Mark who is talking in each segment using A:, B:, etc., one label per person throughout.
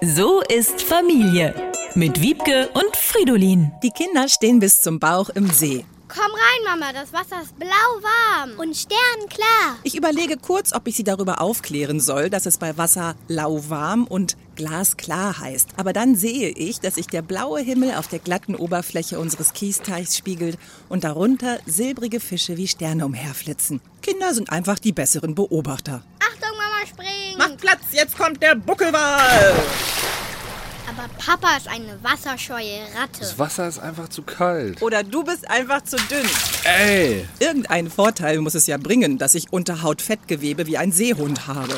A: So ist Familie mit Wiebke und Fridolin.
B: Die Kinder stehen bis zum Bauch im See.
C: Komm rein, Mama, das Wasser ist blau warm und sternklar.
B: Ich überlege kurz, ob ich sie darüber aufklären soll, dass es bei Wasser lauwarm und glasklar heißt. Aber dann sehe ich, dass sich der blaue Himmel auf der glatten Oberfläche unseres Kiesteichs spiegelt und darunter silbrige Fische wie Sterne umherflitzen. Kinder sind einfach die besseren Beobachter.
C: Achtung, Mama, spring!
D: Macht Platz, jetzt kommt der Buckelwal!
C: Aber Papa ist eine wasserscheue Ratte.
E: Das Wasser ist einfach zu kalt.
B: Oder du bist einfach zu dünn.
E: Ey!
B: Irgendeinen Vorteil muss es ja bringen, dass ich Unterhaut Fettgewebe wie ein Seehund habe.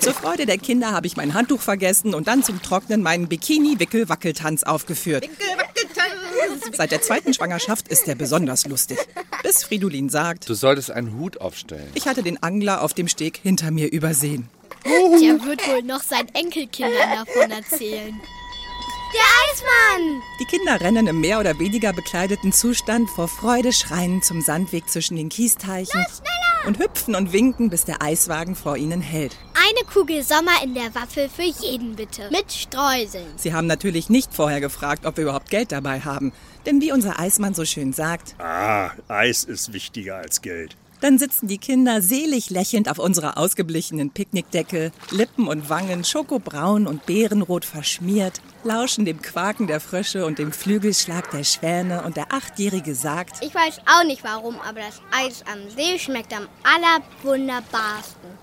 B: Zur Freude der Kinder habe ich mein Handtuch vergessen und dann zum Trocknen meinen Bikini-Wickel-Wackeltanz aufgeführt. Seit der zweiten Schwangerschaft ist er besonders lustig. Bis Fridolin sagt,
E: Du solltest einen Hut aufstellen.
B: ich hatte den Angler auf dem Steg hinter mir übersehen.
F: Der wird wohl noch seinen Enkelkindern davon erzählen.
C: Der Eismann!
B: Die Kinder rennen im mehr oder weniger bekleideten Zustand vor Freude schreiend zum Sandweg zwischen den Kiesteichen und hüpfen und winken, bis der Eiswagen vor ihnen hält.
C: Eine Kugel Sommer in der Waffel für jeden bitte. Mit Streuseln.
B: Sie haben natürlich nicht vorher gefragt, ob wir überhaupt Geld dabei haben. Denn wie unser Eismann so schön sagt,
G: Ah, Eis ist wichtiger als Geld.
B: dann sitzen die Kinder selig lächelnd auf unserer ausgeblichenen Picknickdecke, Lippen und Wangen schokobraun und beerenrot verschmiert, lauschen dem Quaken der Frösche und dem Flügelschlag der Schwäne und der Achtjährige sagt,
C: Ich weiß auch nicht warum, aber das Eis am See schmeckt am allerwunderbarsten.